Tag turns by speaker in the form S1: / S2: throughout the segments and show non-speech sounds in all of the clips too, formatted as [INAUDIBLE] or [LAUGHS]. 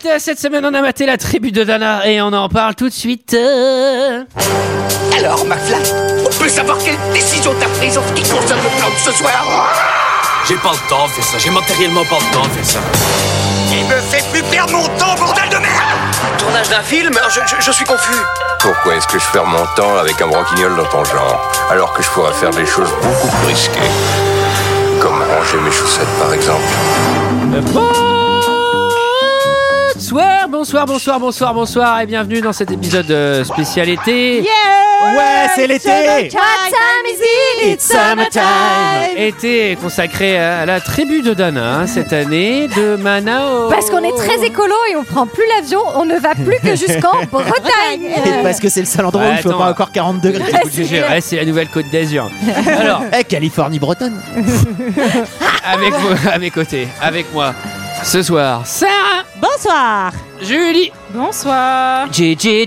S1: fait, euh, cette semaine, on a maté la tribu de Dana et on en parle tout de suite. euh.
S2: Alors, McFly, on peut savoir quelle décision t'as prise en ce qui concerne le plan de ce soir
S3: J'ai pas le temps de faire ça. J'ai matériellement pas le temps de faire ça.
S2: Il me fait plus perdre mon temps, bordel de merde
S4: Tournage d'un film hein, je, je- je suis confus.
S5: Pourquoi est-ce que je perds mon temps avec un broquignol dans ton genre Alors que je pourrais faire des choses beaucoup plus risquées. Comme ranger mes chaussettes par exemple.
S1: Bonsoir, bonsoir, bonsoir, bonsoir, bonsoir et bienvenue dans cet épisode euh, spécial été.
S6: Ouais, c'est l'été
S1: It's summertime Été consacré à la tribu de Dana hein, cette année de Manao.
S7: Parce qu'on est très écolo et on prend plus l'avion, on ne va plus que
S1: [LAUGHS]
S7: jusqu'en Bretagne.
S6: Et Parce que c'est le seul endroit
S1: Ouais,
S6: où il fait
S1: attends.
S6: pas encore 40 degrés.
S7: [LAUGHS]
S1: Écoute, GG, ouais, c'est la nouvelle Côte d'Azur. Alors,
S6: Eh, Californie-Bretonne
S7: [LAUGHS]
S1: avec vous, à mes côtés, avec moi, ce soir, Sarah,
S8: Bonsoir.
S1: Julie,
S8: Bonsoir.
S6: Bonsoir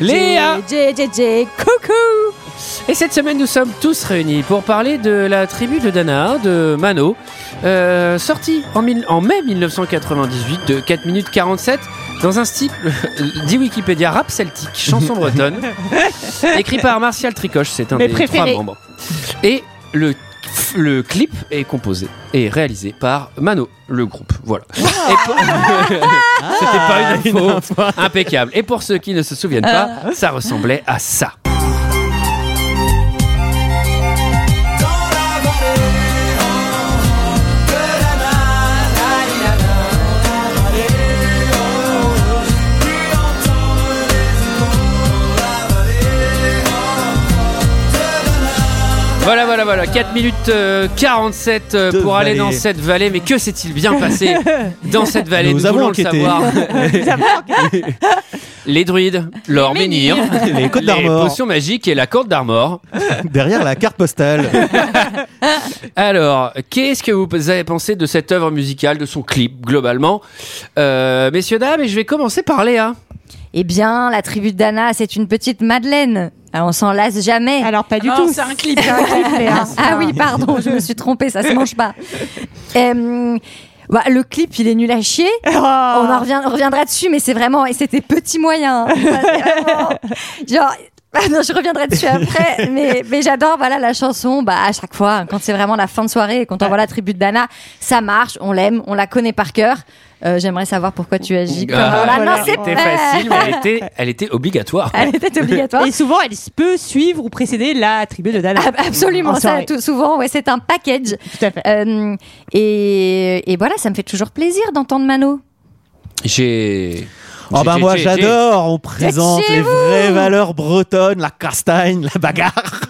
S1: Léa.
S7: Coucou
S1: Et cette semaine, nous sommes tous réunis pour parler de la tribu de Dana de Mano, euh, sortie en, mille- en mai 1998 de 4 minutes 47 dans un style euh, dit Wikipédia rap celtique, chanson bretonne,
S8: [LAUGHS]
S1: écrit par Martial Tricoche, c'est un
S8: Mes
S1: des
S8: préférés.
S1: trois membres. Et le le clip est composé et réalisé par Mano, le groupe. Voilà. Et pour-
S8: [LAUGHS]
S1: Ah, C'était pas une info. Euh. Impeccable. Et pour ceux qui ne se souviennent pas, ça ressemblait à ça. Voilà, voilà, voilà. 4 minutes euh, 47 euh,
S6: De
S1: pour aller
S6: vallée.
S1: dans cette vallée. Mais que s'est-il bien [LAUGHS] passé dans cette vallée
S6: Nous avons
S1: voulons
S6: enquêté.
S1: le savoir. [LAUGHS] les druides, leur
S8: Les
S1: menhir, [LAUGHS]
S6: Les Côtes
S1: les
S6: d'Armor.
S1: potions magiques et la corde d'Armor.
S6: [LAUGHS] Derrière la
S1: [LAUGHS]
S6: carte postale.
S1: Alors, qu'est-ce que vous avez pensé de cette œuvre musicale, de son clip, globalement Euh, Messieurs, dames, et je vais commencer par Léa.
S7: Eh bien, la tribu de Dana, c'est une petite Madeleine. Alors, on s'en lasse jamais.
S8: Alors pas du
S9: Non,
S8: tout.
S9: c'est un clip.
S8: C'est un clip, hein. Léa.
S7: Ah oui, pardon, je me suis trompée, ça se mange
S1: [LAUGHS]
S7: pas. Euh, bah, le clip, il est nul à chier.
S8: Oh.
S7: On
S8: Ah.
S7: en revient- on reviendra dessus, mais c'est vraiment. Et c'était petit moyen. hein. Enfin, c'est vraiment- [LAUGHS] Genre. ah non, je reviendrai dessus après, mais, mais j'adore voilà la chanson. Bah à chaque fois, hein, quand c'est vraiment la fin de soirée et qu'on t'envoie la tribu de Dana, ça marche, on l'aime, on la connaît par cœur. Euh, J'aimerais savoir pourquoi tu agis comme
S1: Ah,
S7: voilà. Non,
S1: elle
S7: c'est
S1: était
S7: pas-
S1: facile, mais elle était, elle était obligatoire.
S7: [LAUGHS] Elle était obligatoire.
S8: Et souvent, elle peut suivre ou précéder la tribu de Dana.
S7: Ab- Absolument,
S8: En
S7: ça
S8: soirée.
S7: tout, souvent, ouais, c'est un package.
S8: Tout à fait.
S7: Euh, et, et voilà, ça me fait toujours plaisir d'entendre Mano.
S1: J'ai.
S6: Oh bah
S1: j'ai-
S6: moi
S1: j'ai- j'ai-
S6: j'adore, on présente
S7: chez
S6: les
S7: vous.
S6: vraies valeurs bretonnes, la castagne, la bagarre.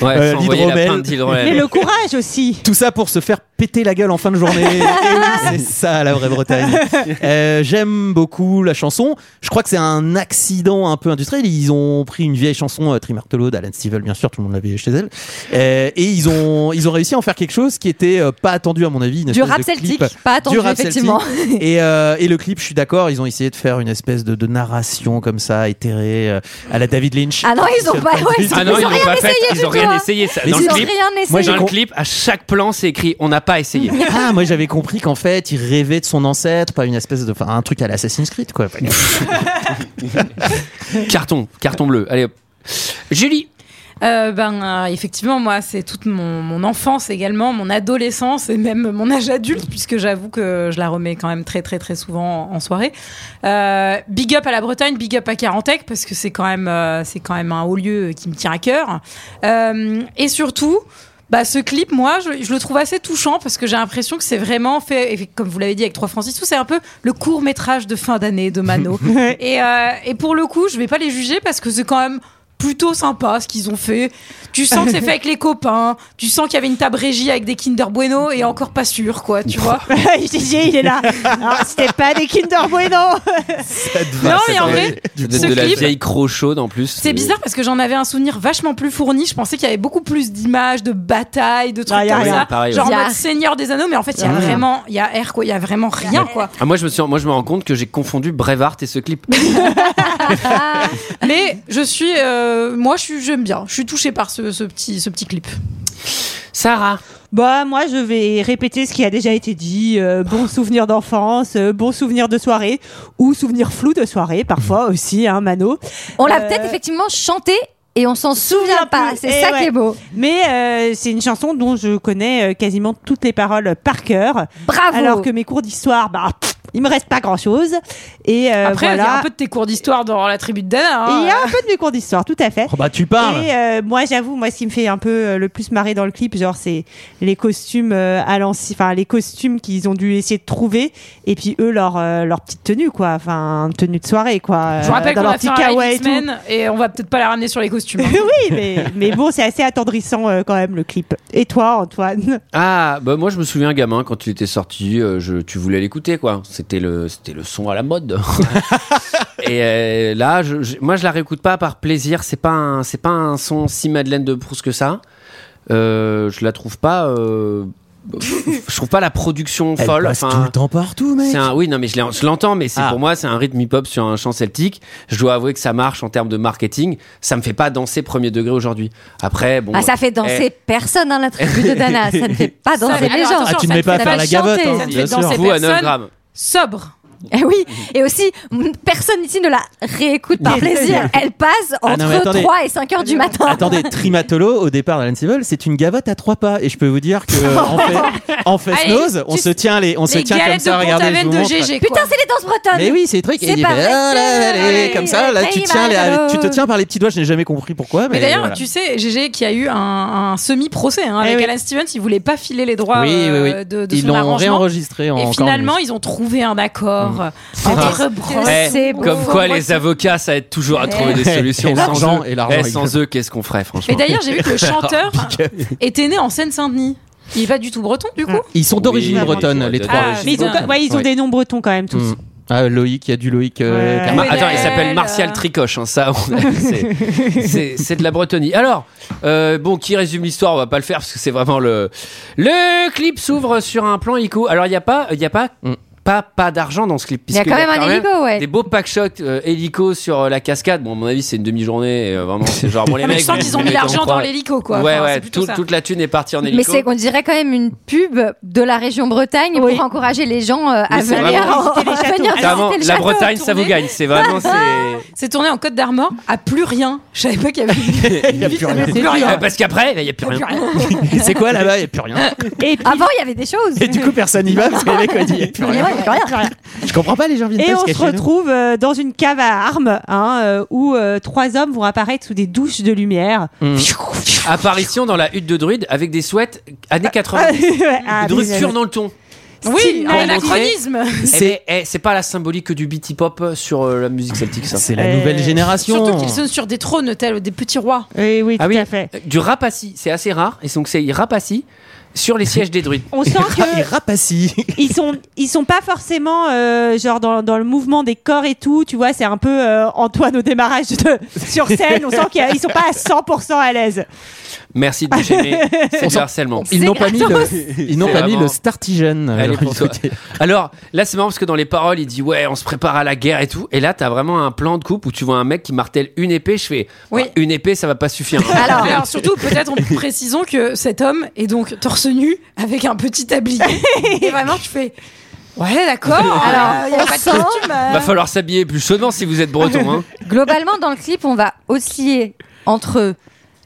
S1: Ouais,
S6: Euh,
S1: sans envoyer la
S6: l'hydromel.
S1: plainte d'hydromel.
S8: Mais le courage aussi. [LAUGHS]
S6: Tout ça pour se faire péter la gueule en fin de
S7: [LAUGHS]
S6: journée. Et oui, c'est ça la vraie Bretagne. Euh, J'aime beaucoup la chanson. Je crois que c'est un accident un peu industriel. Ils ont pris une vieille chanson euh, Trimartelo d'Alan Stivell, bien sûr, tout le monde l'avait chez elle. Euh, et ils ont, ils ont réussi à en faire quelque chose qui était euh, pas attendu à mon avis. une
S7: Du
S6: espèce
S7: rap
S6: de clip.
S7: celtique, pas attendu
S6: Du rap
S7: effectivement.
S6: [LAUGHS] Et, euh, et le clip, je suis d'accord, ils ont essayé de faire une espèce de, de narration comme ça, éthérée, euh, à la David Lynch.
S7: Ah non, ils ont pas, ouais, ils ont,
S1: Ah non, ils
S7: ils ont
S1: l'ont
S7: rien
S1: pas fait,
S7: essayé
S1: ils
S7: du
S1: ont
S7: tout,
S1: rien
S7: hein.
S1: essayé. Ça,
S6: Mais
S1: dans
S7: Ils
S1: le
S7: ont
S1: clip,
S7: rien essayé.
S6: Moi, j'ai
S1: dans le
S6: con-
S1: clip, à chaque plan, c'est écrit on n'a pas essayé.
S6: [LAUGHS] Ah, moi j'avais compris qu'en fait, il rêvait de son ancêtre, pas une espèce de. Enfin, un truc à l'Assassin's Creed, [LAUGHS] quoi.
S1: carton, carton bleu. Allez hop. Julie,
S9: Euh, ben, euh, effectivement, moi, c'est toute mon, mon enfance également, mon adolescence et même mon âge adulte, puisque j'avoue que je la remets quand même très, très, très souvent en, en soirée. Euh, big up à la Bretagne, big up à Carantec, parce que c'est quand même, euh, c'est quand même un haut lieu qui me tient à cœur. Euh, et surtout. Bah, ce clip, moi, je, je le trouve assez touchant parce que j'ai l'impression que c'est vraiment fait, et comme vous l'avez dit avec Trois Francis, tout, c'est un peu le court métrage de fin d'année de Mano. et, euh, et pour le coup, je vais pas les juger parce que c'est quand même plutôt sympa ce qu'ils ont fait. Tu sens que c'est fait avec les copains, tu sens qu'il y avait une table régie avec des Kinder Bueno et encore pas sûr, quoi, tu vois.
S8: Didier, il est là. Alors, c'était pas des Kinder Bueno.
S1: Bah,
S9: Non, mais en vrai,
S1: de,
S9: ce
S1: de la
S9: clip-
S1: vieille croc chaude en plus.
S9: c'est bizarre parce que j'en avais un souvenir vachement plus fourni. Je pensais qu'il y avait beaucoup plus d'images, de batailles, de trucs
S8: Ah, y a
S9: comme
S8: rien. Ah.
S9: ça.
S1: Pareil, ouais.
S9: Genre en
S7: Y a-
S9: mode Seigneur des Anneaux, mais en fait, il y a
S7: Y a rien.
S9: vraiment, il y a R, quoi, il y a vraiment rien, quoi.
S1: Ah, moi, je me suis, moi, je me rends compte que j'ai confondu Brevard et ce clip.
S9: Mais je suis, euh, moi, je suis- j'aime bien. Je suis touchée par ce, ce petit, ce petit clip.
S8: Euh,
S1: Sarah.
S8: [LAUGHS] Bah moi je vais répéter ce qui a déjà été dit. Euh, bon souvenir d'enfance, euh, bon souvenir de soirée ou souvenir flou de soirée parfois aussi, hein, Mano.
S7: On l'a
S8: Euh,
S7: peut-être effectivement chanté et on s'en souvient
S8: plus.
S7: pas. C'est
S8: Eh
S7: ça
S8: ouais.
S7: qui est beau.
S8: Mais euh, c'est une chanson dont je connais euh, quasiment toutes les paroles par cœur,
S9: Ah,
S7: Bravo.
S8: alors que mes cours d'histoire, bah pff, il me reste pas grand chose. Et euh,
S9: Après, il y a
S8: voilà.
S9: un peu de tes cours d'histoire dans la tribu de Dana.
S8: Et
S9: hein.
S8: il y a un peu de mes cours d'histoire, tout à fait.
S6: Oh bah tu parles.
S8: Et euh, moi, j'avoue, moi, ce qui me fait un peu euh, le plus marrer dans le clip, genre, c'est les costumes euh, à l'ancien, enfin les costumes qu'ils ont dû essayer de trouver, et puis eux leur euh, leur petite tenue, quoi, enfin tenue de soirée, quoi.
S9: Je
S8: euh,
S9: vous rappelle
S8: dans
S9: qu'on
S8: leur
S9: a fait
S8: petit
S9: un
S8: kawaii
S9: live
S8: et tout.
S9: X-Men et on va peut-être pas la ramener sur les costumes.
S8: [LAUGHS]
S9: hein.
S8: oui, mais mais bon, c'est assez attendrissant euh, quand même le clip. Et toi, Antoine
S1: Ah, bah moi je me souviens gamin quand il était sorti, euh, je, tu voulais l'écouter quoi. C'était le, c'était le son à la
S9: [LAUGHS]
S1: mode. Et euh, là, je, je- moi je la réécoute pas par plaisir. C'est pas un, c'est pas un son si Madeleine de Proust que ça. Euh, je la trouve pas. euh, [LAUGHS] je trouve pas la production
S6: Elle
S1: folle.
S6: passe
S1: Enfin,
S6: tout le temps partout, mec.
S1: c'est un, oui, non, mais je l'ai- je l'entends, mais c'est
S6: Ah.
S1: pour moi, c'est un rythme hip-hop sur un chant celtique. Je dois avouer que ça marche en termes de marketing. Ça me fait pas danser premier degré aujourd'hui. Après, bon.
S7: Ah, ça fait danser
S1: Eh.
S7: personne dans la tribu de Dana. Ça ne fait
S1: [LAUGHS]
S7: pas danser
S9: fait-
S7: les
S9: alors,
S7: gens.
S9: attention,
S6: Ah, tu ne mets
S9: ça
S6: pas à
S9: te
S6: faire la
S9: fait
S6: gavotte,
S7: chanter,
S6: hein,
S9: ça te
S6: bien
S9: fait danser.
S6: sûr.
S1: vous à 9
S9: personne.
S1: grammes.
S9: Sobre.
S7: Eh oui, et aussi, m- personne ici ne la réécoute par plaisir. Elle passe
S6: Ah
S7: entre
S6: non, mais attendez.
S7: 3 et 5
S1: Ah,
S7: heures du matin.
S6: Attendez, Trimatolo, au départ d'Alan Seville, c'est une gavotte à trois pas. Et je peux vous dire que euh, en, fait, en face
S9: Allez,
S6: nose, on
S9: tu-
S6: se tient les, on se
S9: Les
S6: tient comme
S9: galettes de
S6: ça, regardez. je
S9: Pont-Aven
S6: vous
S9: de
S6: montre.
S9: GG. quoi.
S7: Putain, Ah, c'est les danses bretonnes.
S6: Mais oui, c'est les trucs. Et
S7: C'est
S6: il dit,
S7: pas
S6: bah,
S7: vrai.
S6: ah, là, là, là,
S7: Oui,
S6: comme ça, là,
S7: oui,
S6: tu
S7: oui, bah,
S6: tiens, les, tu te
S7: allô.
S6: tiens par les petits doigts. Je n'ai jamais compris pourquoi. Mais,
S9: Mais d'ailleurs,
S6: voilà.
S9: tu sais, GG qui a eu un, un semi-procès hein,
S6: Eh
S9: avec
S6: oui.
S9: Alan Stevens, il voulait pas filer les droits
S6: Oui,
S9: euh,
S6: oui, oui.
S9: de, de
S6: ils
S9: son
S6: l'ont
S9: arrangement.
S6: réenregistré en.
S9: Et finalement, ils ont trouvé un accord. euh, entre Brest-
S7: Eh, C'est beau.
S1: Comme quoi, les avocats, ça aide toujours
S7: Eh,
S1: à trouver des
S6: [LAUGHS] Et
S1: solutions.
S6: l'argent,
S1: sans eux,
S6: et l'argent,
S1: eh,
S6: il-
S1: sans eux, qu'est-ce qu'on ferait, franchement
S9: Et d'ailleurs, j'ai vu que le chanteur était né en Seine-Saint-Denis. Il est pas du tout breton, du coup.
S6: Ils sont d'origine
S1: Oui,
S6: bretonne,
S1: oui,
S6: les
S1: oui,
S6: trois.
S9: oui.
S6: origines.
S8: Mais ils ont,
S9: Ah,
S8: ouais, ils ont des noms bretons quand même tous.
S6: Mm. Ah, Loïc, il y a du Loïc. euh,
S8: Ouais.
S6: Carman.
S1: Ma-
S9: Brunel,
S1: Attends, il s'appelle
S9: euh.
S1: Martial Tricoche, hein, ça, on
S7: [LAUGHS]
S1: a- c'est- c'est c'est de la Bretonnie. Alors, euh, bon, qui résume l'histoire On va pas le faire parce que c'est vraiment le le clip s'ouvre sur un plan illico. Alors, il y a pas, il y a pas,
S6: Mm.
S1: pas, pas d'argent dans ce clip.
S7: Il y a
S1: puisque
S7: quand même un hélico, ouais.
S1: Des beaux pack shots euh, hélico sur euh, la cascade. Bon, à mon avis, c'est une demi-journée. et, euh, vraiment, c'est genre
S9: [LAUGHS]
S1: bon les
S9: Ah, mais
S1: mecs.
S9: je sens qu'ils
S1: vous
S9: ont mis
S1: mettez en
S9: l'argent dans
S1: croix.
S9: l'hélico, quoi.
S1: ouais,
S9: Enfin, c'est
S1: ouais.
S9: plutôt
S1: tout-
S9: ça.
S1: toute la thune est partie en hélico.
S7: Mais c'est qu'on dirait quand même une pub de la région Bretagne
S8: Oui.
S7: pour encourager les gens euh, à
S1: Oui, c'est
S7: venir,
S1: vraiment-
S7: à venir
S1: C'est vraiment,
S7: visiter le
S1: la
S7: château.
S1: Bretagne, ça vous
S9: tourner.
S1: gagne. C'est
S9: [LAUGHS]
S1: vraiment c'est.
S9: C'est tourné en Côte d'Armor à plus rien. Je savais pas qu'il y avait
S6: Il y a plus rien.
S9: plus rien.
S1: Euh, parce qu'après, il y a plus rien.
S9: Plus rien.
S6: C'est quoi là-bas Il n'y a plus rien.
S8: Et puis,
S7: Avant, il y avait des choses.
S6: Et du coup, personne n'y va parce que les mecs ont dit, [LAUGHS] il n'y a plus rien. Je comprends pas les gens vintage.
S8: Et on
S6: qu'il y a
S8: se
S6: chez nous.
S8: retrouve euh, dans une cave à armes, hein, euh, où euh, trois hommes vont apparaître sous des douches de lumière.
S6: Mm.
S1: Mmh. Apparition dans la hutte de druide avec des sweats années 80.
S8: Ah, [LAUGHS]
S1: druide
S8: mais-
S1: sur dans le ton.
S9: Oui,
S8: Style
S9: un
S1: Nike.
S9: anachronisme.
S1: Eh ben, eh, C'est pas la symbolique que du beat hip hop sur euh, la musique celtique, ça.
S6: C'est la
S8: Euh,
S6: nouvelle génération.
S9: Surtout qu'ils sont sur des trônes, tels des petits rois.
S8: Oui, oui, tout
S1: Ah oui.
S8: à fait.
S1: Euh, Du rapaci, c'est assez rare. Et donc c'est rapaci sur les sièges des druides.
S8: On sent
S6: Et
S8: que
S6: Rapassi.
S8: ils sont ils sont pas forcément euh, genre dans, dans le mouvement des corps et tout, tu vois, c'est un peu euh, Antoine au démarrage de, sur scène, on sent qu'ils sont pas à 100% à l'aise.
S1: Merci
S9: [LAUGHS]
S1: de déchaîner. C'est du harcèlement.
S6: Ils n'ont pas mis le, ils n'ont
S1: C'est
S6: pas mis
S1: vraiment-
S6: le Startigen. euh,
S1: Allez,
S6: leur
S1: pour toi.
S6: côté.
S1: Alors là, c'est marrant parce que dans les paroles, il dit ouais, on se prépare à la guerre et tout. Et là, t'as vraiment un plan de coupe où tu vois un mec qui martèle une épée. Je fais
S9: Oui.
S1: ah, une épée, ça va pas suffire. hein.
S7: Alors,
S9: Alors surtout, peut-être en précisons que cet homme est donc torse nu avec un petit [LAUGHS] tablier. Et vraiment, tu fais. Ouais, d'accord.
S7: Alors,
S9: Alors, il y a
S7: on
S9: pas de
S7: sent-
S9: costume. euh.
S1: Va falloir s'habiller plus chaudement si vous êtes breton. Hein.
S7: globalement, dans le clip, on va osciller entre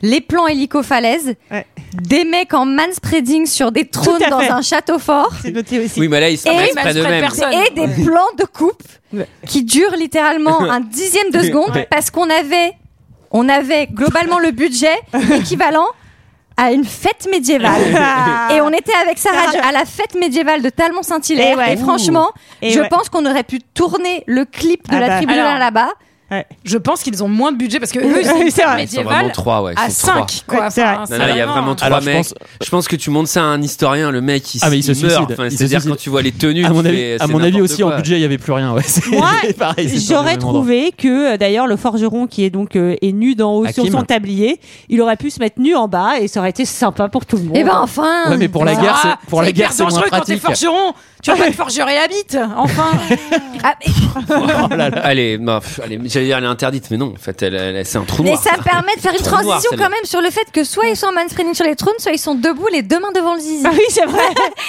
S7: les plans hélico-falaises,
S8: Ouais.
S7: des mecs en manspreading sur des trônes
S8: à
S7: dans
S8: fait.
S7: un château fort.
S8: C'est noté aussi.
S1: Oui, mais là, ils se
S7: Et-
S1: prennent
S9: Bah,
S1: près
S9: se prennent
S1: d'eux-mêmes.
S9: personne.
S7: et des
S9: Ouais.
S7: plans de coupe
S8: Ouais.
S7: qui durent littéralement un dixième de seconde parce qu'on avait, on avait globalement le budget
S8: [LAUGHS]
S7: équivalent à une fête
S8: Ah,
S7: médiévale.
S8: [LAUGHS]
S7: Et on était avec Sarah Jo- à la fête médiévale de Talmont-Saint-Hilaire. Et,
S8: Et Eh ouais.
S7: franchement,
S8: Et
S7: je
S8: ouais.
S7: pense qu'on aurait pu tourner le clip de
S8: Ah
S7: la
S8: bah.
S7: tribu de
S9: Alors.
S7: Lin là-bas.
S9: Je pense qu'ils ont moins de budget parce que eux, c'est une
S8: C'est
S9: salle
S8: vrai.
S1: Ils sont vraiment
S9: médiévale
S1: trois, ouais. ils
S9: à
S1: sont trois.
S9: 5 quoi.
S8: Ouais, c'est
S9: Enfin,
S8: vrai.
S9: c'est
S1: Non, non, il y a vraiment trois
S6: Alors, je
S1: mecs.
S6: pense-
S1: Je pense que tu montres ça à un historien, le mec, il,
S6: Ah, mais il se
S1: meurt.
S6: suicide.
S1: Enfin,
S6: Il se
S1: C'est-à-dire
S6: suicide.
S1: quand tu vois les tenues,
S6: À mon
S1: tu
S6: avis,
S1: fais-
S6: à
S1: c'est
S6: mon avis
S1: n'importe
S6: aussi,
S1: quoi.
S6: en budget, il y avait plus rien. Ouais, [LAUGHS] c'est-
S8: Moi,
S6: pareil, c'est sur le
S8: J'aurais
S6: même endroit.
S8: trouvé que euh, d'ailleurs le forgeron qui est donc euh, est nu d'en haut sur
S6: Hakim.
S8: son tablier, il aurait pu se mettre nu en bas et ça aurait été sympa pour tout le monde.
S7: Et ben enfin
S6: Ouais, mais pour la
S9: Ah,
S6: guerre, c'est pour la
S9: hyper
S6: guerre, c'est moins
S9: dangereux quand t'es
S6: pratique. [LAUGHS]
S9: forgeron. [LAUGHS] Tu vas pas te forgerer à bite. Enfin,
S7: Ah, et-
S6: Oh
S1: Allez, non, pff, allez, j'allais dire, elle est interdite, mais non, en fait, elle, elle- c'est un trou
S7: Mais
S1: noir.
S6: [LAUGHS]
S7: ça permet de faire une
S1: Trou noir,
S7: transition
S1: celle-là.
S7: quand même sur le fait que soit ils sont en manspreading sur les trônes, soit ils sont debout les deux mains devant le [LAUGHS] zizi.
S8: Ah oui, c'est vrai.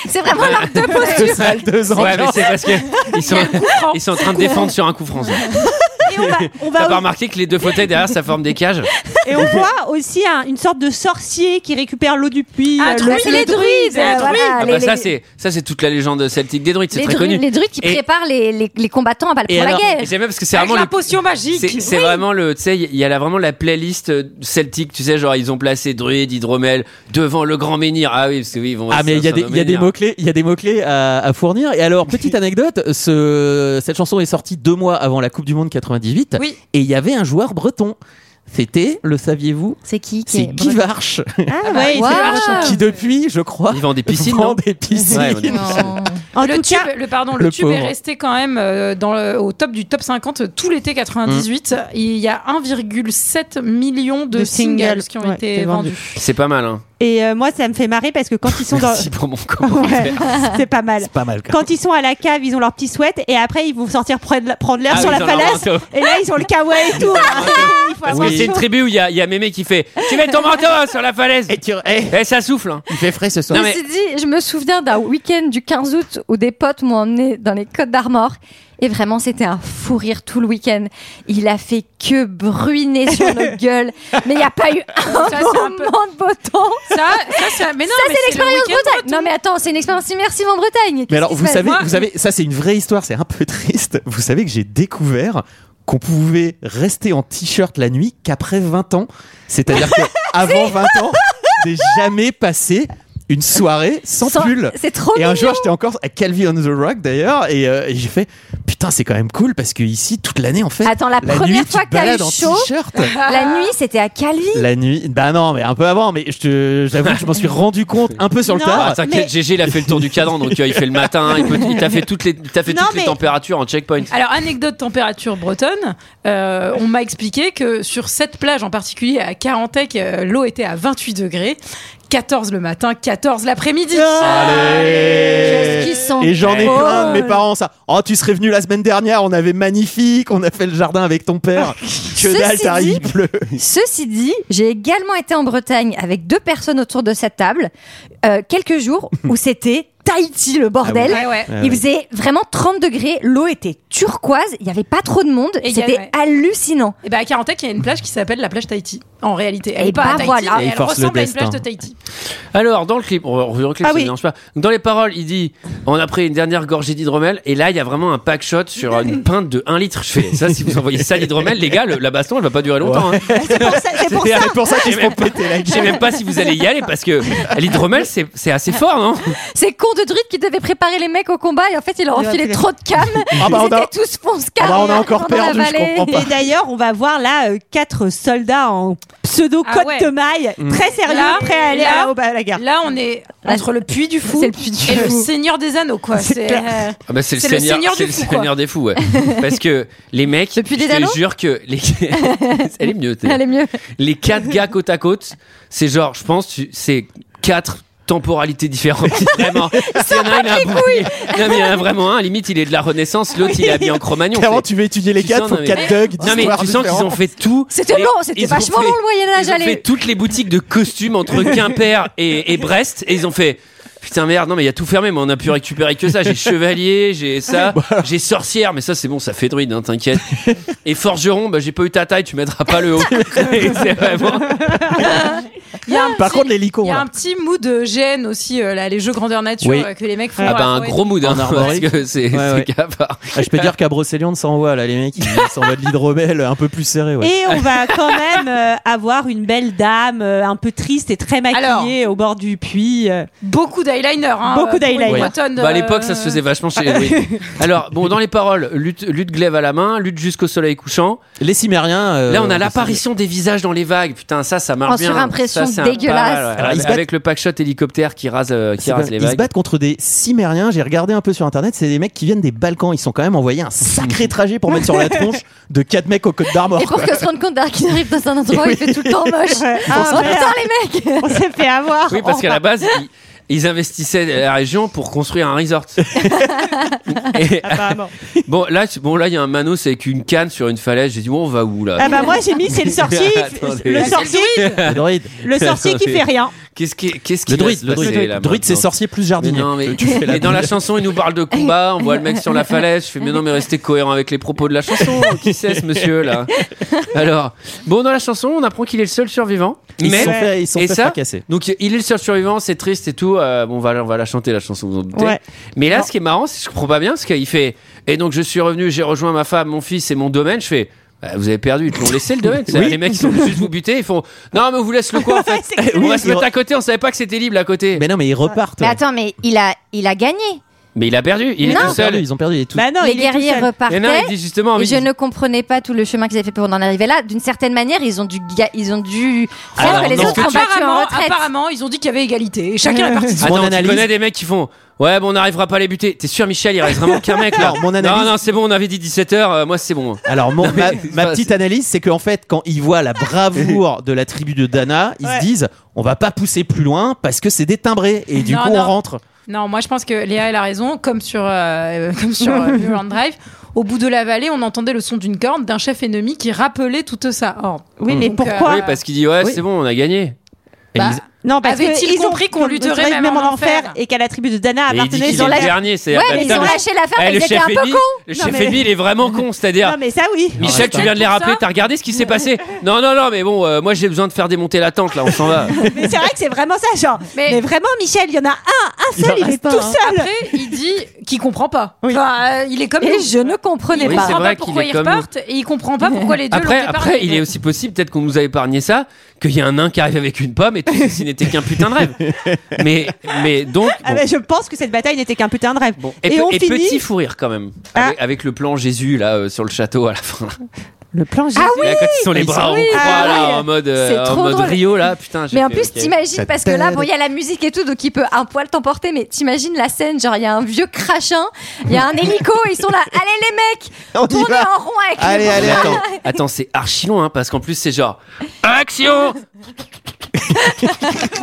S7: C'est vraiment leurs deux
S6: Deux
S7: postures.
S6: salles, deux ans.
S1: Ouais, mais c'est parce que ils sont, ils sont en train de défendre sur un coup français.
S8: Et on va, on va
S1: T'as
S8: au-
S1: pas remarqué que les deux fauteuils derrière ça forme des cages
S8: Et on voit aussi un- une sorte de sorcier qui récupère l'eau du puits.
S9: Ah,
S8: euh,
S9: trop
S8: l'eau-
S9: bien.
S7: C'est les
S9: druides,
S7: druides.
S9: les
S7: euh, voilà,
S1: Ah
S7: les-
S1: bah ça
S7: les-
S1: c'est ça c'est toute la légende celtique des druides, c'est
S7: les
S1: très
S7: druides-
S1: connu.
S7: les druides qui
S1: Et-
S7: préparent les, les, les combattants à battre
S1: Et
S7: pour la
S1: alors-
S7: guerre.
S1: et j'aime bien parce que c'est
S9: Avec
S1: vraiment
S9: la
S1: le-
S9: potion magique.
S1: C'est c'est vraiment le, tu sais, il y a la- vraiment la playlist euh, celtique, tu sais, genre ils ont placé druide, hydromel devant le grand menhir. Ah oui, parce que oui, ils vont.
S6: Ah mais il y a
S1: c'est
S6: des
S1: un
S6: il y a des
S1: menhir.
S6: mots clés il y a des mots clés à, à fournir et alors [LAUGHS] petite anecdote ce cette chanson est sortie deux mois avant la Coupe du Monde 98
S9: Oui.
S6: et il y avait un joueur breton c'était le saviez-vous
S7: C'est qui qui
S6: c'est
S7: est breton
S6: Guivarch
S8: Ah,
S9: bah,
S8: ouais, il
S7: Wow.
S8: fait marche.
S6: qui depuis je crois
S1: Ils vendent
S6: [LAUGHS]
S1: des piscines.
S6: vend
S1: non
S6: des piscines.
S1: Ouais, on est-
S7: Non.
S8: En
S9: le
S8: tout
S9: tube,
S8: cas,
S9: le pardon, le,
S6: le
S9: tube est
S6: pauvre.
S9: resté quand même euh, dans le- au top du top 50 euh, tout l'été 98.
S7: Mmh.
S9: Il y a 1,7 million de,
S8: De
S9: singles,
S8: singles
S9: qui ont
S8: ouais,
S9: été
S8: qui étaient vendus.
S9: vendus.
S1: C'est pas mal. Hein.
S8: et euh, moi, ça me fait marrer parce que quand ils sont dans.
S1: Merci pour mon commentaire.
S8: [LAUGHS] Ouais, c'est pas mal.
S6: c'est [LAUGHS] pas mal quand
S8: Quand ils sont à la cave, ils ont leur petit sweat et après ils vont sortir prendre prendre l'air
S1: Ah
S8: sur
S1: oui,
S8: la
S1: dans leur
S8: falaise
S1: manteau.
S8: et là ils ont le kawaii et tout. hein.
S1: [LAUGHS]
S8: Il faut
S1: Parce
S8: avoir
S1: que c'est une
S8: chaud.
S1: tribu où il y a, il y a Mémé qui fait Tu mets ton manteau hein, sur la falaise
S6: et tu... eh,
S1: Eh, ça souffle hein.
S6: il fait frais ce soir
S1: Non, mais-
S7: Ceci dit, je me souviens d'un week-end du 15 août où des potes m'ont emmené dans les Côtes d'Armor. Et vraiment, c'était un fou rire tout le week-end. Il a fait que bruiner sur nos [LAUGHS] gueules. Mais il n'y a pas eu un
S9: Ça, c'est un
S7: moment
S9: peu-
S7: de beau temps.
S9: Ça, ça, ça, mais non,
S7: Ça,
S9: mais
S7: c'est l'expérience
S9: le week-end
S7: Bretagne. Non, mais attends, c'est une expérience immersive en Bretagne.
S6: Mais
S7: Qu'est-ce
S6: alors,
S7: qui se
S6: vous
S7: passe
S6: savez,
S9: Moi-
S6: vous savez, ça c'est une vraie histoire, c'est un peu triste. [LAUGHS] Vous savez que j'ai découvert qu'on pouvait rester en t-shirt la nuit qu'après 20 ans.
S7: [LAUGHS]
S6: C'est-à-dire qu'avant 20 ans, j'ai jamais passé une soirée sans,
S7: Sans-
S6: pull.
S7: C'est trop
S6: Et un
S7: mignon.
S6: jour, j'étais encore à Calvi on the Rock d'ailleurs, et, euh, et j'ai fait putain, c'est quand même cool parce que ici, toute l'année en fait,
S7: Attends, la,
S6: la
S7: première
S6: nuit,
S7: fois
S6: tu
S7: que
S6: te
S7: t'as
S6: balades
S7: eu
S6: en
S7: chaud,
S6: t-shirt.
S7: la nuit, c'était à Calvi.
S6: La nuit, bah non, mais un peu avant, mais je te- j'avoue que je m'en suis rendu compte un peu sur le
S8: Non,
S6: tard.
S1: Ah, T'inquiète,
S8: mais-
S1: GG il a fait le tour du cadran, donc euh, il fait le matin, il, peut, il t'a fait toutes les, il t'a fait
S8: Non,
S1: toutes les
S8: mais-
S1: températures en checkpoint.
S9: Alors, anecdote température bretonne, euh, on m'a expliqué que sur cette plage en particulier à Carantec, euh, l'eau était à 28 degrés, 14 le matin, 14 l'après-midi.
S7: Ah,
S6: Allez
S7: Qu'est-ce qu'ils sont
S6: Et j'en ai
S7: drôles.
S6: plein de mes parents, ça. Oh, tu serais venu la semaine dernière, on avait magnifique, on a fait le jardin avec
S7: [LAUGHS]
S6: ton père. Que dalle,
S7: Ceci
S6: t'arrives,
S7: dit-
S6: il pleut.
S7: Ceci dit, j'ai également été en Bretagne avec deux personnes autour de cette table euh, quelques jours où
S6: [LAUGHS]
S7: c'était Tahiti le bordel.
S9: Ouais, ouais.
S6: Ah
S7: Il
S6: oui.
S7: faisait vraiment 30 degrés, l'eau était turquoise, il n'y avait pas trop de monde,
S9: Et il y a-
S7: c'était
S9: ouais.
S7: hallucinant.
S9: Et bah à Carantec, il y a une plage qui s'appelle la plage Tahiti. En réalité, elle
S7: Eh
S9: est pas
S7: bah
S9: à Tahiti,
S7: voilà.
S9: mais
S6: Et il
S9: elle
S6: force le
S9: ressemble à une
S6: destin.
S9: plage de Tahiti.
S1: Alors, dans le clip, on revient au clip,
S8: Ah
S1: ça ne
S8: oui.
S1: dérange pas. Dans les paroles, il dit On a pris une dernière gorgée d'hydromel, et là, il y a vraiment un pack shot sur une pinte de 1 litre. Je fais ça, si vous envoyez ça à l'hydromel, les gars, le- la baston, elle va pas durer longtemps. hein.
S8: C'est
S1: [LAUGHS]
S8: pour ça- c'est pour ça.
S6: [LAUGHS] C'est pour ça qu'ils se
S7: Eh
S6: font
S1: même-
S7: ben,
S6: péter la
S1: Je
S7: [LAUGHS]
S1: sais
S6: gueule.
S1: même pas si vous allez y aller parce que l'hydromel, c'est c'est assez fort, non
S7: Ces cons de druides qui devaient préparer les mecs au combat et en fait ils leur ont
S8: Il a
S7: filé
S8: filé.
S7: trop de cam,
S6: Ah bah,
S7: ils
S6: on a-
S7: étaient tous fonce
S6: Ah
S7: cam.
S6: bah, on a encore
S7: dans la
S6: perdu, je
S7: vallée.
S6: comprends pas.
S8: Et d'ailleurs, on va voir là euh, quatre soldats en pseudo
S9: Ah
S8: côte
S9: ouais.
S8: de maille,
S1: Mm.
S8: très sérieux,
S9: Là,
S8: prêts à aller
S9: là,
S8: à, au- à la gare.
S9: Là, on est entre le puits du fou
S7: C'est le Puy du
S9: et
S7: [LAUGHS]
S9: le
S7: Fou.
S9: Seigneur des Anneaux, quoi.
S8: C'est
S9: C'est
S8: clair.
S9: euh,
S1: Ah bah, c'est le
S9: C'est le
S1: seigneur,
S9: seigneur
S1: c'est
S9: du
S1: le
S9: fou, quoi.
S1: seigneur des fous, ouais. Parce que les mecs, je
S7: Depuis des
S1: te
S7: anneaux
S1: jure que les, [LAUGHS] elle est mieux. t'es-
S7: Elle est mieux.
S1: Les quatre gars côte à côte, c'est genre, je pense, tu- c'est quatre temporalités différentes. [LAUGHS] Vraiment. Il y en a un, il a un- Non, mais il y en a vraiment un. Limite, il est de la Renaissance. L'autre, il est habillé en Cro-Magnon.
S6: Clairement,
S1: C'est-
S6: tu veux étudier les
S1: tu
S6: quatre,
S1: sens,
S6: faut
S1: non, mais-
S6: quatre Doug,
S1: Non, mais
S6: d'histoires
S1: tu sens qu'ils ont
S6: différentes.
S1: fait tout.
S7: C'était
S1: Et-
S7: long, c'était
S1: ils ont
S7: vachement
S1: fait-
S7: long le Moyen-Âge.
S1: Ils ont fait
S7: Allez,
S1: toutes les boutiques de costumes
S7: [LAUGHS]
S1: entre Quimper et, et Brest et ils ont fait putain merde non mais il y a tout fermé mais on a pu récupérer que
S7: [LAUGHS]
S1: ça j'ai chevalier j'ai ça j'ai sorcière mais ça c'est bon ça fait druide hein, t'inquiète et forgeron bah j'ai pas eu ta taille tu mettras pas
S7: [LAUGHS]
S1: le haut [LAUGHS] Et c'est vraiment
S9: il y a un
S6: Par
S9: petit-
S6: contre, les
S9: il
S6: licons,
S9: y a
S6: là.
S9: un petit mood de GN aussi, euh, là, les jeux grandeur nature
S6: Oui.
S9: euh, que les mecs font.
S1: ah bah
S9: à
S1: un
S9: Fort-
S1: gros mood hein,
S6: En
S1: parce
S6: armorique.
S1: que c'est
S6: Ouais,
S1: c'est
S6: ouais.
S1: cafard.
S6: Ah, je peux dire qu'à Brocéliande, ça envoie, là, les mecs, ils s'envoient de l'hydromel un peu plus serré, ouais.
S8: Et
S1: [LAUGHS]
S8: on va quand même euh, avoir une belle dame euh, un peu triste et très maquillée au bord du puits.
S9: [LAUGHS]
S8: euh.
S9: Beaucoup d'eyeliner. Hein,
S8: Beaucoup
S9: pour une
S8: d'eyeliner.
S9: Bretonne,
S1: Bah, à l'époque,
S9: euh,
S1: ça se faisait vachement chez les druides. Alors, bon, dans les paroles, lutte, lutte glaive à la main, lutte jusqu'au soleil couchant.
S6: Les Cimériens. euh,
S1: Là, on a
S6: Brocéliande.
S1: l'apparition des visages dans les vagues. Putain, ça, ça marche
S7: En
S1: bien.
S7: surimpression
S1: Ça, c'est un-
S7: dégueulasse.
S1: pas mal, ouais.
S6: Alors, ils se battent-
S1: Avec le pack shot hélicoptère qui rase, euh, qui
S6: C'est
S1: rase
S6: pas-
S1: les
S6: ils se
S1: vagues.
S6: [LAUGHS] battent contre des Cimériens. J'ai regardé un peu sur internet. C'est des mecs qui viennent des Balkans. Ils sont quand même envoyés un sacré trajet pour mettre sur la tronche de quatre mecs aux Côtes d'Armor.
S7: Et pour
S6: quoi.
S7: que se rende compte d'ailleurs qu'il
S1: [LAUGHS]
S7: arrive dans un endroit où il fait tout le temps moche.
S8: Ouais. Ah,
S7: Oh
S8: merde.
S7: putain les mecs
S8: on s'est fait avoir. Oh,
S1: Oui, parce
S8: On
S1: qu'à la
S8: va-
S1: base, ils- ils investissaient la région pour construire un resort. Et,
S8: bah,
S1: [LAUGHS]
S8: Apparemment.
S1: bon, là, c'est- bon, là, il y a un manos avec une canne sur une falaise. J'ai dit, bon, on va où là
S8: Ah bah moi j'ai
S1: [LAUGHS]
S8: mis c'est le sorcier,
S1: Attendez.
S8: le sorcier,
S1: [LAUGHS]
S6: Le druide.
S8: le sorcier qui fait rien.
S1: Qu'est-ce qui, qu'est-ce qui
S6: Le
S1: va
S6: druide,
S1: se
S6: le
S1: passer,
S6: druide.
S1: là,
S6: Le druide, c'est
S1: maintenant
S6: sorcier plus
S1: Mais
S6: jardinier.
S1: non, mais,
S6: Tu fais la
S1: mais dans la chanson, il nous parle de combat, on voit le mec sur
S6: [LAUGHS]
S1: la falaise. Je fais, mais non, mais restez cohérent avec les propos de la chanson. Qui c'est ce monsieur là Alors, bon, dans la chanson, on apprend qu'il est le seul survivant.
S6: Ils se
S1: Mais,
S6: sont fait, ils se sont
S1: Et
S6: fait
S1: ça
S6: fracasser.
S1: donc, il est le seul survivant, c'est triste et tout. euh, bon, on va, on va la chanter, la chanson, vous en doutez.
S8: Ouais.
S1: Mais là, ce qui est marrant, c'est que je comprends pas bien ce qu'il fait. Et donc, je suis revenu, j'ai rejoint ma femme, mon fils et mon domaine. Je fais. bah, vous avez perdu, ils te l'ont laissé le domaine. C'est-à-dire, Les mecs, ils sont juste vous buter, ils font. Non, mais on vous laisse le quoi en
S6: [LAUGHS]
S1: fait On va se
S6: ils
S1: mettre
S6: ont-
S1: à côté, on savait pas que c'était libre à côté.
S6: Mais non, mais ils repartent.
S7: Mais attends, mais il a, il a gagné.
S1: Mais il a perdu, il est
S7: Non.
S1: tout
S6: Ils ont perdu,
S1: seul.
S6: ils ont perdu. Ils ont perdu.
S8: Bah non,
S7: les
S8: il est tout
S7: guerriers
S8: seul.
S1: Mais non,
S7: repartaient.
S1: il dit justement.
S7: Et
S1: oui,
S7: je ne comprenais pas tout le chemin qu'ils avaient fait pour en arriver là. D'une certaine manière, ils ont dû, ga- ils ont dû faire
S6: Alors,
S7: que les
S6: non.
S7: autres ont battu en
S9: Apparemment,
S7: retraite.
S9: apparemment, ils ont dit qu'il y avait égalité. Et chacun
S7: [LAUGHS]
S9: a parti de son
S1: Attends,
S6: Mon
S1: tu
S6: analyse-
S1: connais des mecs qui font Ouais, bon, on n'arrivera pas à les buter. T'es sûr, Michel, il reste vraiment qu'un mec là
S6: [LAUGHS] Non, mon analyse-
S1: Non, non, c'est bon, on avait dit 17h, moi c'est bon.
S6: Alors, mon- ma,
S1: mais-
S6: ma petite analyse, c'est qu'en fait, quand ils voient la bravoure de la tribu de Dana, ils
S8: Ouais.
S6: se disent on va pas pousser plus loin parce que c'est détimbré. Et du
S9: Non,
S6: coup, on
S9: non.
S6: rentre.
S9: Non, moi je pense que Léa elle a raison, comme sur euh, [LAUGHS] comme sur euh, Mulholland Drive. Au bout de la vallée, on entendait le son d'une corne d'un chef ennemi qui rappelait tout ça. Or,
S8: Oui,
S1: Mm.
S8: mais
S9: Donc,
S8: pourquoi
S9: euh,
S1: Oui, parce qu'il dit Ouais,
S6: Oui.
S1: c'est bon, on a gagné. Et
S9: bah,
S1: ils-
S8: Non, parce
S9: Avait-il
S8: qu'ils ont
S9: compris qu'on lutterait
S8: lutterait
S9: même en enfer
S8: et qu'à la tribu de Dana
S1: et il dit
S8: appartenait
S1: qu'il
S7: Ah, ont
S1: est le
S7: lâché-
S1: dernier, c'est
S7: Ouais, mais ils ont lâché l'affaire, mais
S1: Eh, le
S7: ils étaient
S1: chef
S7: un peu
S1: ennemi,
S7: cons.
S1: le
S8: Non,
S1: chef
S8: mais-
S1: ennemi, il est vraiment con, c'est-à-dire.
S8: Non mais ça oui.
S1: Michel, tu viens de les
S9: pour
S1: rappeler,
S9: ça.
S1: t'as regardé ce qui s'est passé Non, non, non, mais bon, euh, moi j'ai besoin de faire démonter la tente là, on s'en
S7: [LAUGHS]
S1: va.
S8: Mais c'est vrai que c'est vraiment ça genre. Mais,
S9: Mais-
S8: vraiment Michel, il y en a un, un
S6: Il en
S8: seul, il,
S6: reste
S8: est
S6: pas,
S8: tout
S6: hein.
S8: seul.
S9: après, il dit qu'il comprend pas.
S8: Oui.
S9: Enfin, euh, il est comme
S7: Et
S9: nous.
S7: je ne comprenais
S9: Il
S1: Oui,
S7: pas.
S1: c'est
S9: comprend
S1: vrai
S9: pas
S1: qu'il
S9: pourquoi
S1: est
S9: ils
S1: comme nous.
S9: repartent et il comprend pas pourquoi les deux l'ont
S1: Après,
S9: fait
S1: après
S9: parler.
S1: il est aussi possible, peut-être qu'on nous a épargné ça, qu'il y a un nain qui arrive avec une pomme et tout ceci n'était qu'un putain de
S6: [LAUGHS]
S1: rêve. Mais, mais donc.
S8: Ah
S1: bon.
S8: bah, je pense que cette bataille n'était qu'un putain de rêve.
S1: Bon,
S8: Et,
S1: et, pe-
S8: on
S1: et
S8: finit
S1: petit fou rire quand même,
S8: Ah.
S1: avec, avec le plan Jésus là euh, sur le château à la fin.
S8: le plan Jésus.
S7: Ah
S1: là, quand ils sont les bras en croix
S8: Ah
S1: là,
S8: oui.
S1: en mode,
S7: C'est
S1: euh, en
S7: trop
S1: mode
S7: drôle.
S1: Rio là, putain. j'ai
S7: Mais en
S1: fait,
S7: plus,
S1: ok.
S7: t'imagines, parce que là, bon, il y a la musique et tout, donc il peut un poil t'emporter, mais t'imagines la scène, genre, il y a un vieux crachin, il y a un hélico, ils sont là, allez les mecs,
S6: [LAUGHS] On y
S7: tournez
S6: va.
S7: en rond avec
S6: Allez,
S7: les
S6: allez,
S1: Mais
S7: bras.
S1: attends, attends, c'est archi long hein, parce qu'en plus c'est genre action.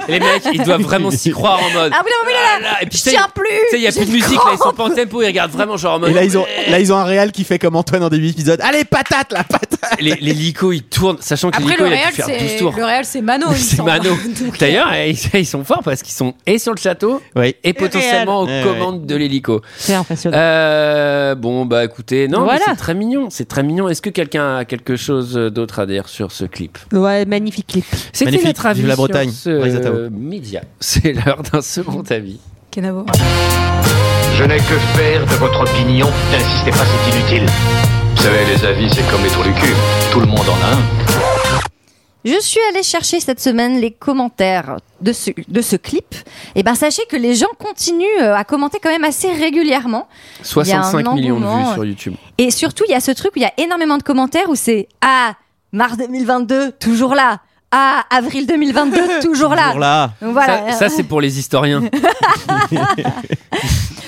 S1: les mecs, ils doivent vraiment s'y croire en mode.
S7: Ah oui, non, oui, là,
S1: Ah là, et puis,
S7: je
S1: tu sais,
S7: tiens plus
S1: Tu sais, il y a
S7: j'ai
S1: plus de
S7: une
S1: musique, là, ils sont
S7: crampe.
S1: pas en tempo, ils regardent vraiment genre en mode.
S6: Et là, ils ont, là, ils ont un réal qui fait comme Antoine en début d'épisode Allez, patate, la patate
S1: Les, les licos, ils tournent, sachant que
S9: Après,
S1: l'hélico,
S9: le
S1: il a
S9: Real,
S1: dû faire 12
S9: c'est
S1: tours.
S9: le Real, c'est Mano.
S1: [LAUGHS]
S9: il
S1: C'est
S9: semble.
S1: Mano.
S9: [LAUGHS] Donc, euh,
S1: D'ailleurs, eh, [LAUGHS] ils, ils sont forts parce qu'ils sont et sur le château
S6: Oui.
S1: et potentiellement aux
S6: Ouais, ouais.
S1: commandes de l'hélico.
S8: C'est impressionnant.
S1: Euh, bon, bah écoutez, non, mais
S8: Voilà.
S1: c'est très mignon, c'est très mignon. Est-ce que quelqu'un a quelque chose d'autre à dire sur ce clip
S8: Ouais, magnifique clip.
S1: C'était
S6: Magnifique,
S1: notre avis
S6: vive la
S1: sur
S6: Bretagne,
S1: ce
S6: Brice Atao.
S1: euh, média. [LAUGHS] C'est l'heure d'un second avis.
S9: Kenavo.
S2: Je n'ai que faire de votre opinion. N'insistez pas, c'est inutile.
S5: Vous savez, les avis, c'est comme les trous du cul. Tout le monde en a un.
S7: Je suis allée chercher cette semaine les commentaires de ce, de ce clip. Et ben, sachez que les gens continuent euh, à commenter quand même assez régulièrement. Il y a un
S1: 65 millions de vues
S7: engouement,
S1: sur YouTube.
S7: Et surtout, il y a ce truc où il y a énormément de commentaires où c'est Ah, mars 2022, toujours là. Ah, avril 2022, toujours là.
S6: Pour là.
S7: Donc voilà.
S1: Ça, ça, c'est pour les historiens.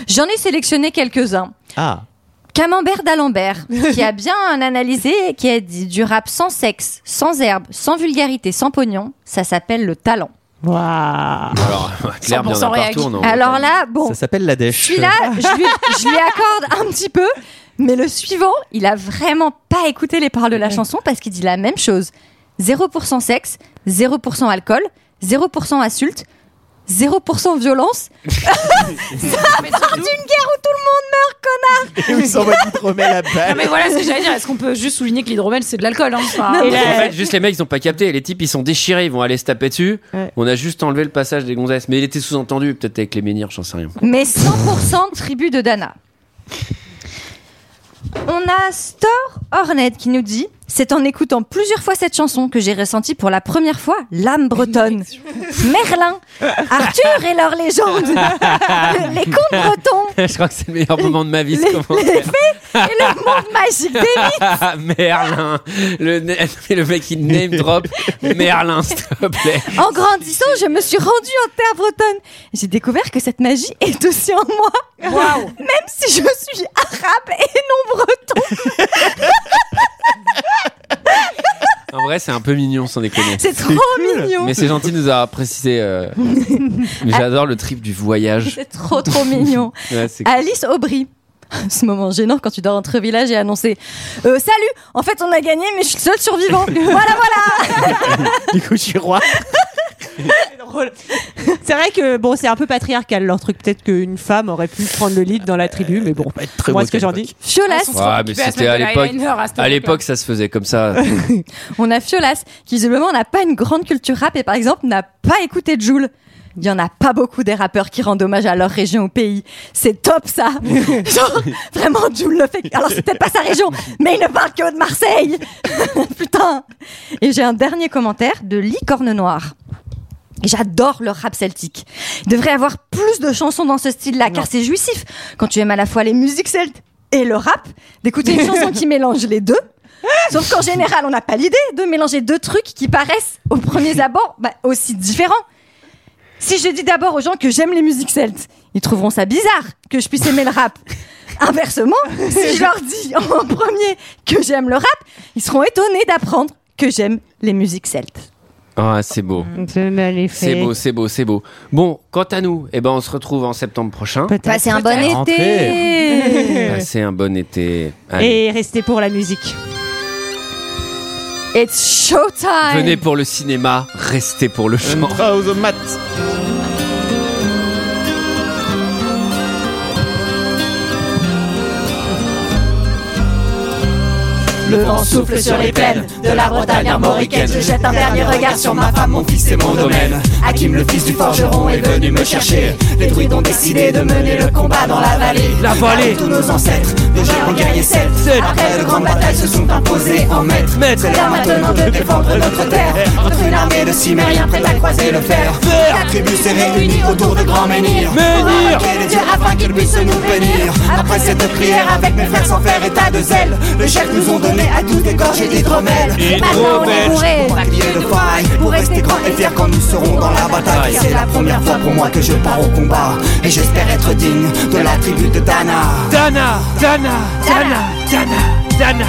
S7: J'en ai sélectionné quelques-uns.
S6: Ah,
S7: Camembert d'Alembert, qui a bien analysé et qui a dit du rap sans sexe, sans herbe, sans vulgarité, sans pognon, ça s'appelle le talent.
S8: Waouh.
S1: Alors, Claire, il y en a
S9: 100% réagi.
S1: partout. on en-
S7: Alors là, bon,
S6: ça s'appelle la dèche.
S7: Oh.
S6: [LAUGHS]
S7: celui-là, je lui, je lui accorde un petit peu, mais le suivant, il a vraiment pas écouté les paroles de la chanson parce qu'il dit la même chose. 0% sexe, 0% alcool, 0% insulte, 0% violence.
S9: Mais surtout-
S6: Et où ils s'envoient qui te remet la
S9: Non,
S6: balle.
S9: mais voilà ce que j'allais dire. Est-ce qu'on peut juste souligner que l'hydromel, c'est de l'alcool hein Enfin,
S8: Et
S1: En
S8: là-
S1: fait, juste les mecs, ils ont pas capté. Les types, ils sont déchirés, ils vont aller se taper dessus.
S8: Ouais.
S1: On a juste enlevé le passage des gonzesses. Mais il était sous-entendu, peut-être avec les menhirs, j'en sais rien.
S7: Mais 100% tribu de Dana. On a Store Hornet qui nous dit C'est en écoutant plusieurs fois cette chanson que j'ai ressenti pour la première fois l'âme bretonne. Merlin, Arthur et leurs légendes, les contes bretons
S1: Je crois que c'est le meilleur moment de ma vie, ce
S7: Les-
S1: commentaire.
S7: et le monde magique des mythes.
S1: Ah, Merlin. Le, na- [LAUGHS] le mec, il name drop. Merlin, s'il te plaît.
S7: En grandissant, je me suis rendue en terre bretonne. J'ai découvert que cette magie est aussi en moi. Même si je suis arabe et non breton.
S1: En vrai, c'est un peu mignon sans déconner.
S7: C'est trop mignon.
S1: Mais c'est gentil de nous avoir précisé. [LAUGHS] euh, mais J'adore le trip du voyage.
S7: C'est trop trop mignon.
S1: Ouais, c'est-
S7: Alice Aubry. [LAUGHS] Ce moment gênant quand tu dors entre village et annoncer euh, Salut En fait, on a gagné, mais je suis le seul survivant. voilà, voilà
S6: Du coup, je suis roi.
S8: [LAUGHS] C'est vrai que bon, c'est un peu patriarcal leur truc. Peut-être qu'une femme aurait pu prendre le lead dans la
S2: Euh,
S8: tribu, mais bon.
S6: Pas être très
S8: Moi,
S6: beau
S8: ce que j'en
S6: qu'à
S8: dis.
S6: l'époque.
S7: Fiolas
S1: Ouais, Ah, mais c'était à l'époque. À l'époque, ça se faisait comme ça.
S7: On a Fiolas, qui visiblement n'a pas une grande culture rap et par exemple n'a pas écouté Joule. Il y en a pas beaucoup des rappeurs qui rendent hommage à leur région ou pays. C'est top ça Genre, vraiment, Joule le fait. Alors c'est peut-être pas sa région, mais il ne parle que de Marseille [LAUGHS] Putain Et j'ai un dernier commentaire de Licorne Noire. J'adore leur rap celtique. Il devrait y avoir plus de chansons dans ce style-là, car c'est jouissif quand tu aimes à la fois les musiques celtes et le rap, d'écouter une chanson qui mélange les deux. Sauf qu'en général, on n'a pas l'idée de mélanger deux trucs qui paraissent, aux premiers abords, bah, aussi différents. Si je dis d'abord aux gens que j'aime les musiques celtes, ils trouveront ça bizarre que je puisse aimer le rap. Inversement, si je leur dis en premier que j'aime le rap, ils seront étonnés d'apprendre que j'aime les musiques celtes.
S1: Ah, c'est beau. C'est beau, c'est beau, c'est beau. Bon, quant à nous, eh ben, on se retrouve en septembre prochain.
S2: Bah,
S8: Bah,
S7: Passez Bah, un bon été
S8: Rentrez.
S1: Passez un bon été. Allez.
S8: Et restez pour la musique.
S7: [LAUGHS] It's showtime
S1: Venez pour le cinéma, restez pour le chant.
S6: Oh, the mat.
S2: Le vent souffle sur les plaines de la Bretagne armoricaine. Je jette un dernier regard sur ma femme, mon fils et mon domaine. Hakim, le fils du forgeron, est venu me chercher. Les druides ont décidé de mener le combat dans la vallée. La vallée Tous nos ancêtres, déjà ont gagné sept. Après de grandes batailles se sont imposées en maîtres. C'est l'heure maintenant de défendre notre terre. Entre une armée de cimériens prête à croiser le fer. La tribu s'est réunie autour de grands menhirs. Menhirs les dieux afin qu'ils puissent nous bénir. Après cette prière avec mes frères sans faire état de zèle, les chefs nous ont donné à tous des gorges et d'hydromel.
S7: Et maintenant, on est bourrés.
S2: Papier de paille Pour rester grand et fier quand nous serons dans la bataille C'est la première fois pour moi que je pars au combat Et j'espère être digne de la tribu de Dana Dana, Dana, Dana, Dana, Dana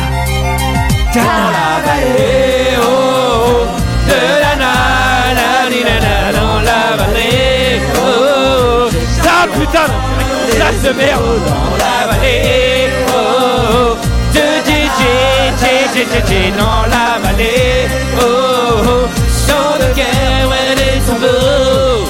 S2: Dans la vallée, oh, oh, de Dana, la di Dana, dans la vallée, oh, oh, ça putain, ça se merde, dans la vallée, oh, oh, oh, de DJ, DJ, DJ, dans la vallée, oh, oh, oh, sans de guerre, elle est son bureau.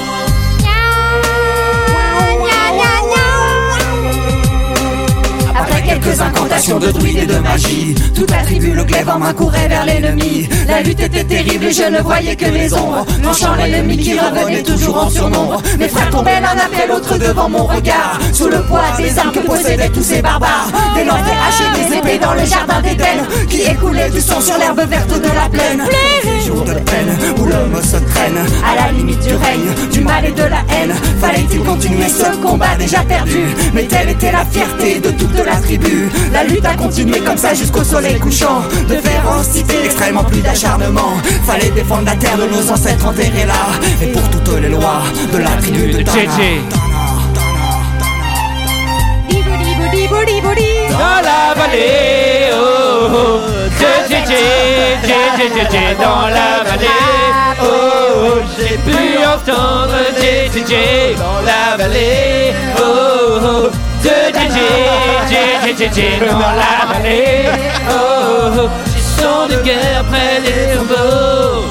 S2: Après quelques incantations de druides et de magie, toute la tribu le glaive en main courait vers l'ennemi. La lutte était terrible et je ne voyais que les ombres, tranchant l'ennemi qui revenait toujours en surnombre. Mes frères tombaient l'un après l'autre devant mon regard, sous le poids des armes que possédaient tous ces barbares. Des lances, des haches et des épées dans le jardin d'Éden, qui écoulait du sang sur l'herbe verte de la plaine. Ces jours de peine où l'homme se traîne à la limite du règne, du mal et de la haine. Fallait-il continuer ce combat déjà perdu Mais telle était la fierté de toute la tribu. La lutte a continué comme ça jusqu'au soleil couchant. De férocité, extrêmement plus d'acharnement. Fallait défendre la terre de nos ancêtres enterrés là. Et pour toutes les lois de la tribu de Tana. Dans la vallée, oh, oh, de Djé, Djé, Djé, Djé, Djé, dans la vallée, oh, oh, j'ai pu entendre Djé, Djé, Djé, dans la vallée, oh, oh, de Djé, Djé, Djé, Djé, Djé, dans la vallée, oh, oh, j'ai son de guerre près des tombeaux.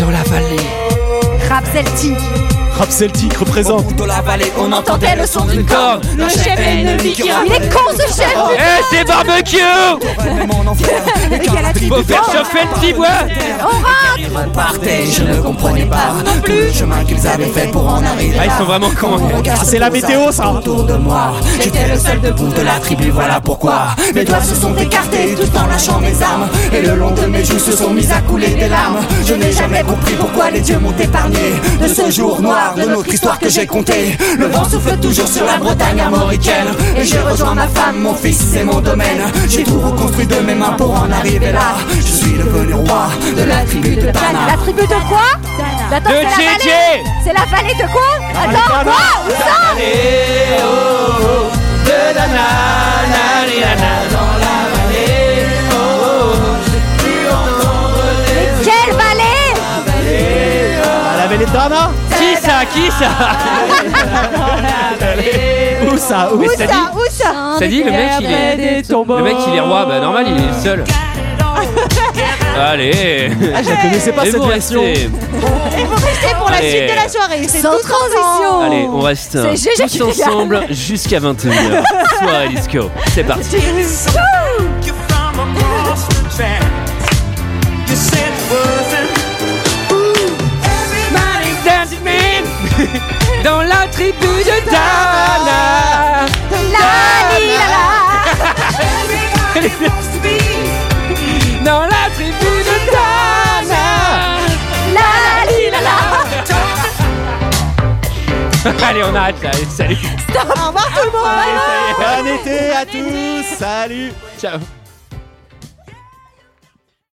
S2: Dans la vallée.
S7: Rap celtique
S6: Rap celtique représente.
S2: De la vallée, on entendait le son d'une corne. Le chef ennemi qui
S7: Il est con ce chef
S1: Eh, c'est barbecue
S2: [LAUGHS]
S1: Faut faire chauffer le petit bois
S2: repartaient, je ne comprenais pas non plus le chemin qu'ils avaient fait pour en arriver
S1: Ah, ils sont
S2: là.
S1: vraiment cons hein.
S2: Regarde
S6: c'est la
S2: aux
S6: météo,
S2: arbres
S6: ça.
S2: Autour de moi, j'étais le seul debout de la tribu, voilà pourquoi Mes doigts se sont écartés tout en lâchant mes armes Et le long de mes joues se sont mis à couler des larmes Je n'ai jamais compris pourquoi les dieux m'ont épargné De ce jour noir de notre histoire que j'ai compté Le vent souffle toujours sur la Bretagne armoricaine Et j'ai rejoint ma femme, mon fils et mon domaine J'ai tout reconstruit de mes mains pour en arriver là Je suis devenu roi de la tribu de Tana
S7: Ah. La tribu de quoi Attends,
S1: De
S7: c'est la
S1: JJ.
S7: vallée C'est la vallée de quoi Attends, quoi Où ça
S2: vallée, oh, oh, de la na, na, ni, na, na, dans la vallée, oh, oh, oh,
S6: Ah,
S1: à qui ça
S6: [LAUGHS] Où ça Où
S8: Où
S1: ça
S8: ça Où ça
S1: Ça dit le mec il est le mec il est roi, bah normal il est le seul. Allez.
S7: Eh
S6: Ah, je la connaissais
S7: ben,
S6: pas
S1: Et
S6: cette
S1: vous
S6: version.
S1: restez.
S8: Et vous restez pour la
S1: Allez.
S8: suite de la soirée. C'est
S7: Sans
S8: tous ensemble.
S7: transition
S1: Allez, on reste
S7: Oh. C'est Gégé qui
S1: tous ensemble jusqu'à 21h.
S7: [LAUGHS]
S1: Soirée disco. C'est parti. Dans la tribu de Dana. [LAUGHS] Dans la tribu de Dana. Allez, on arrête là. Allez, salut.
S8: Au revoir tout le monde.
S6: Bon été à tous. Salut.
S1: Ciao.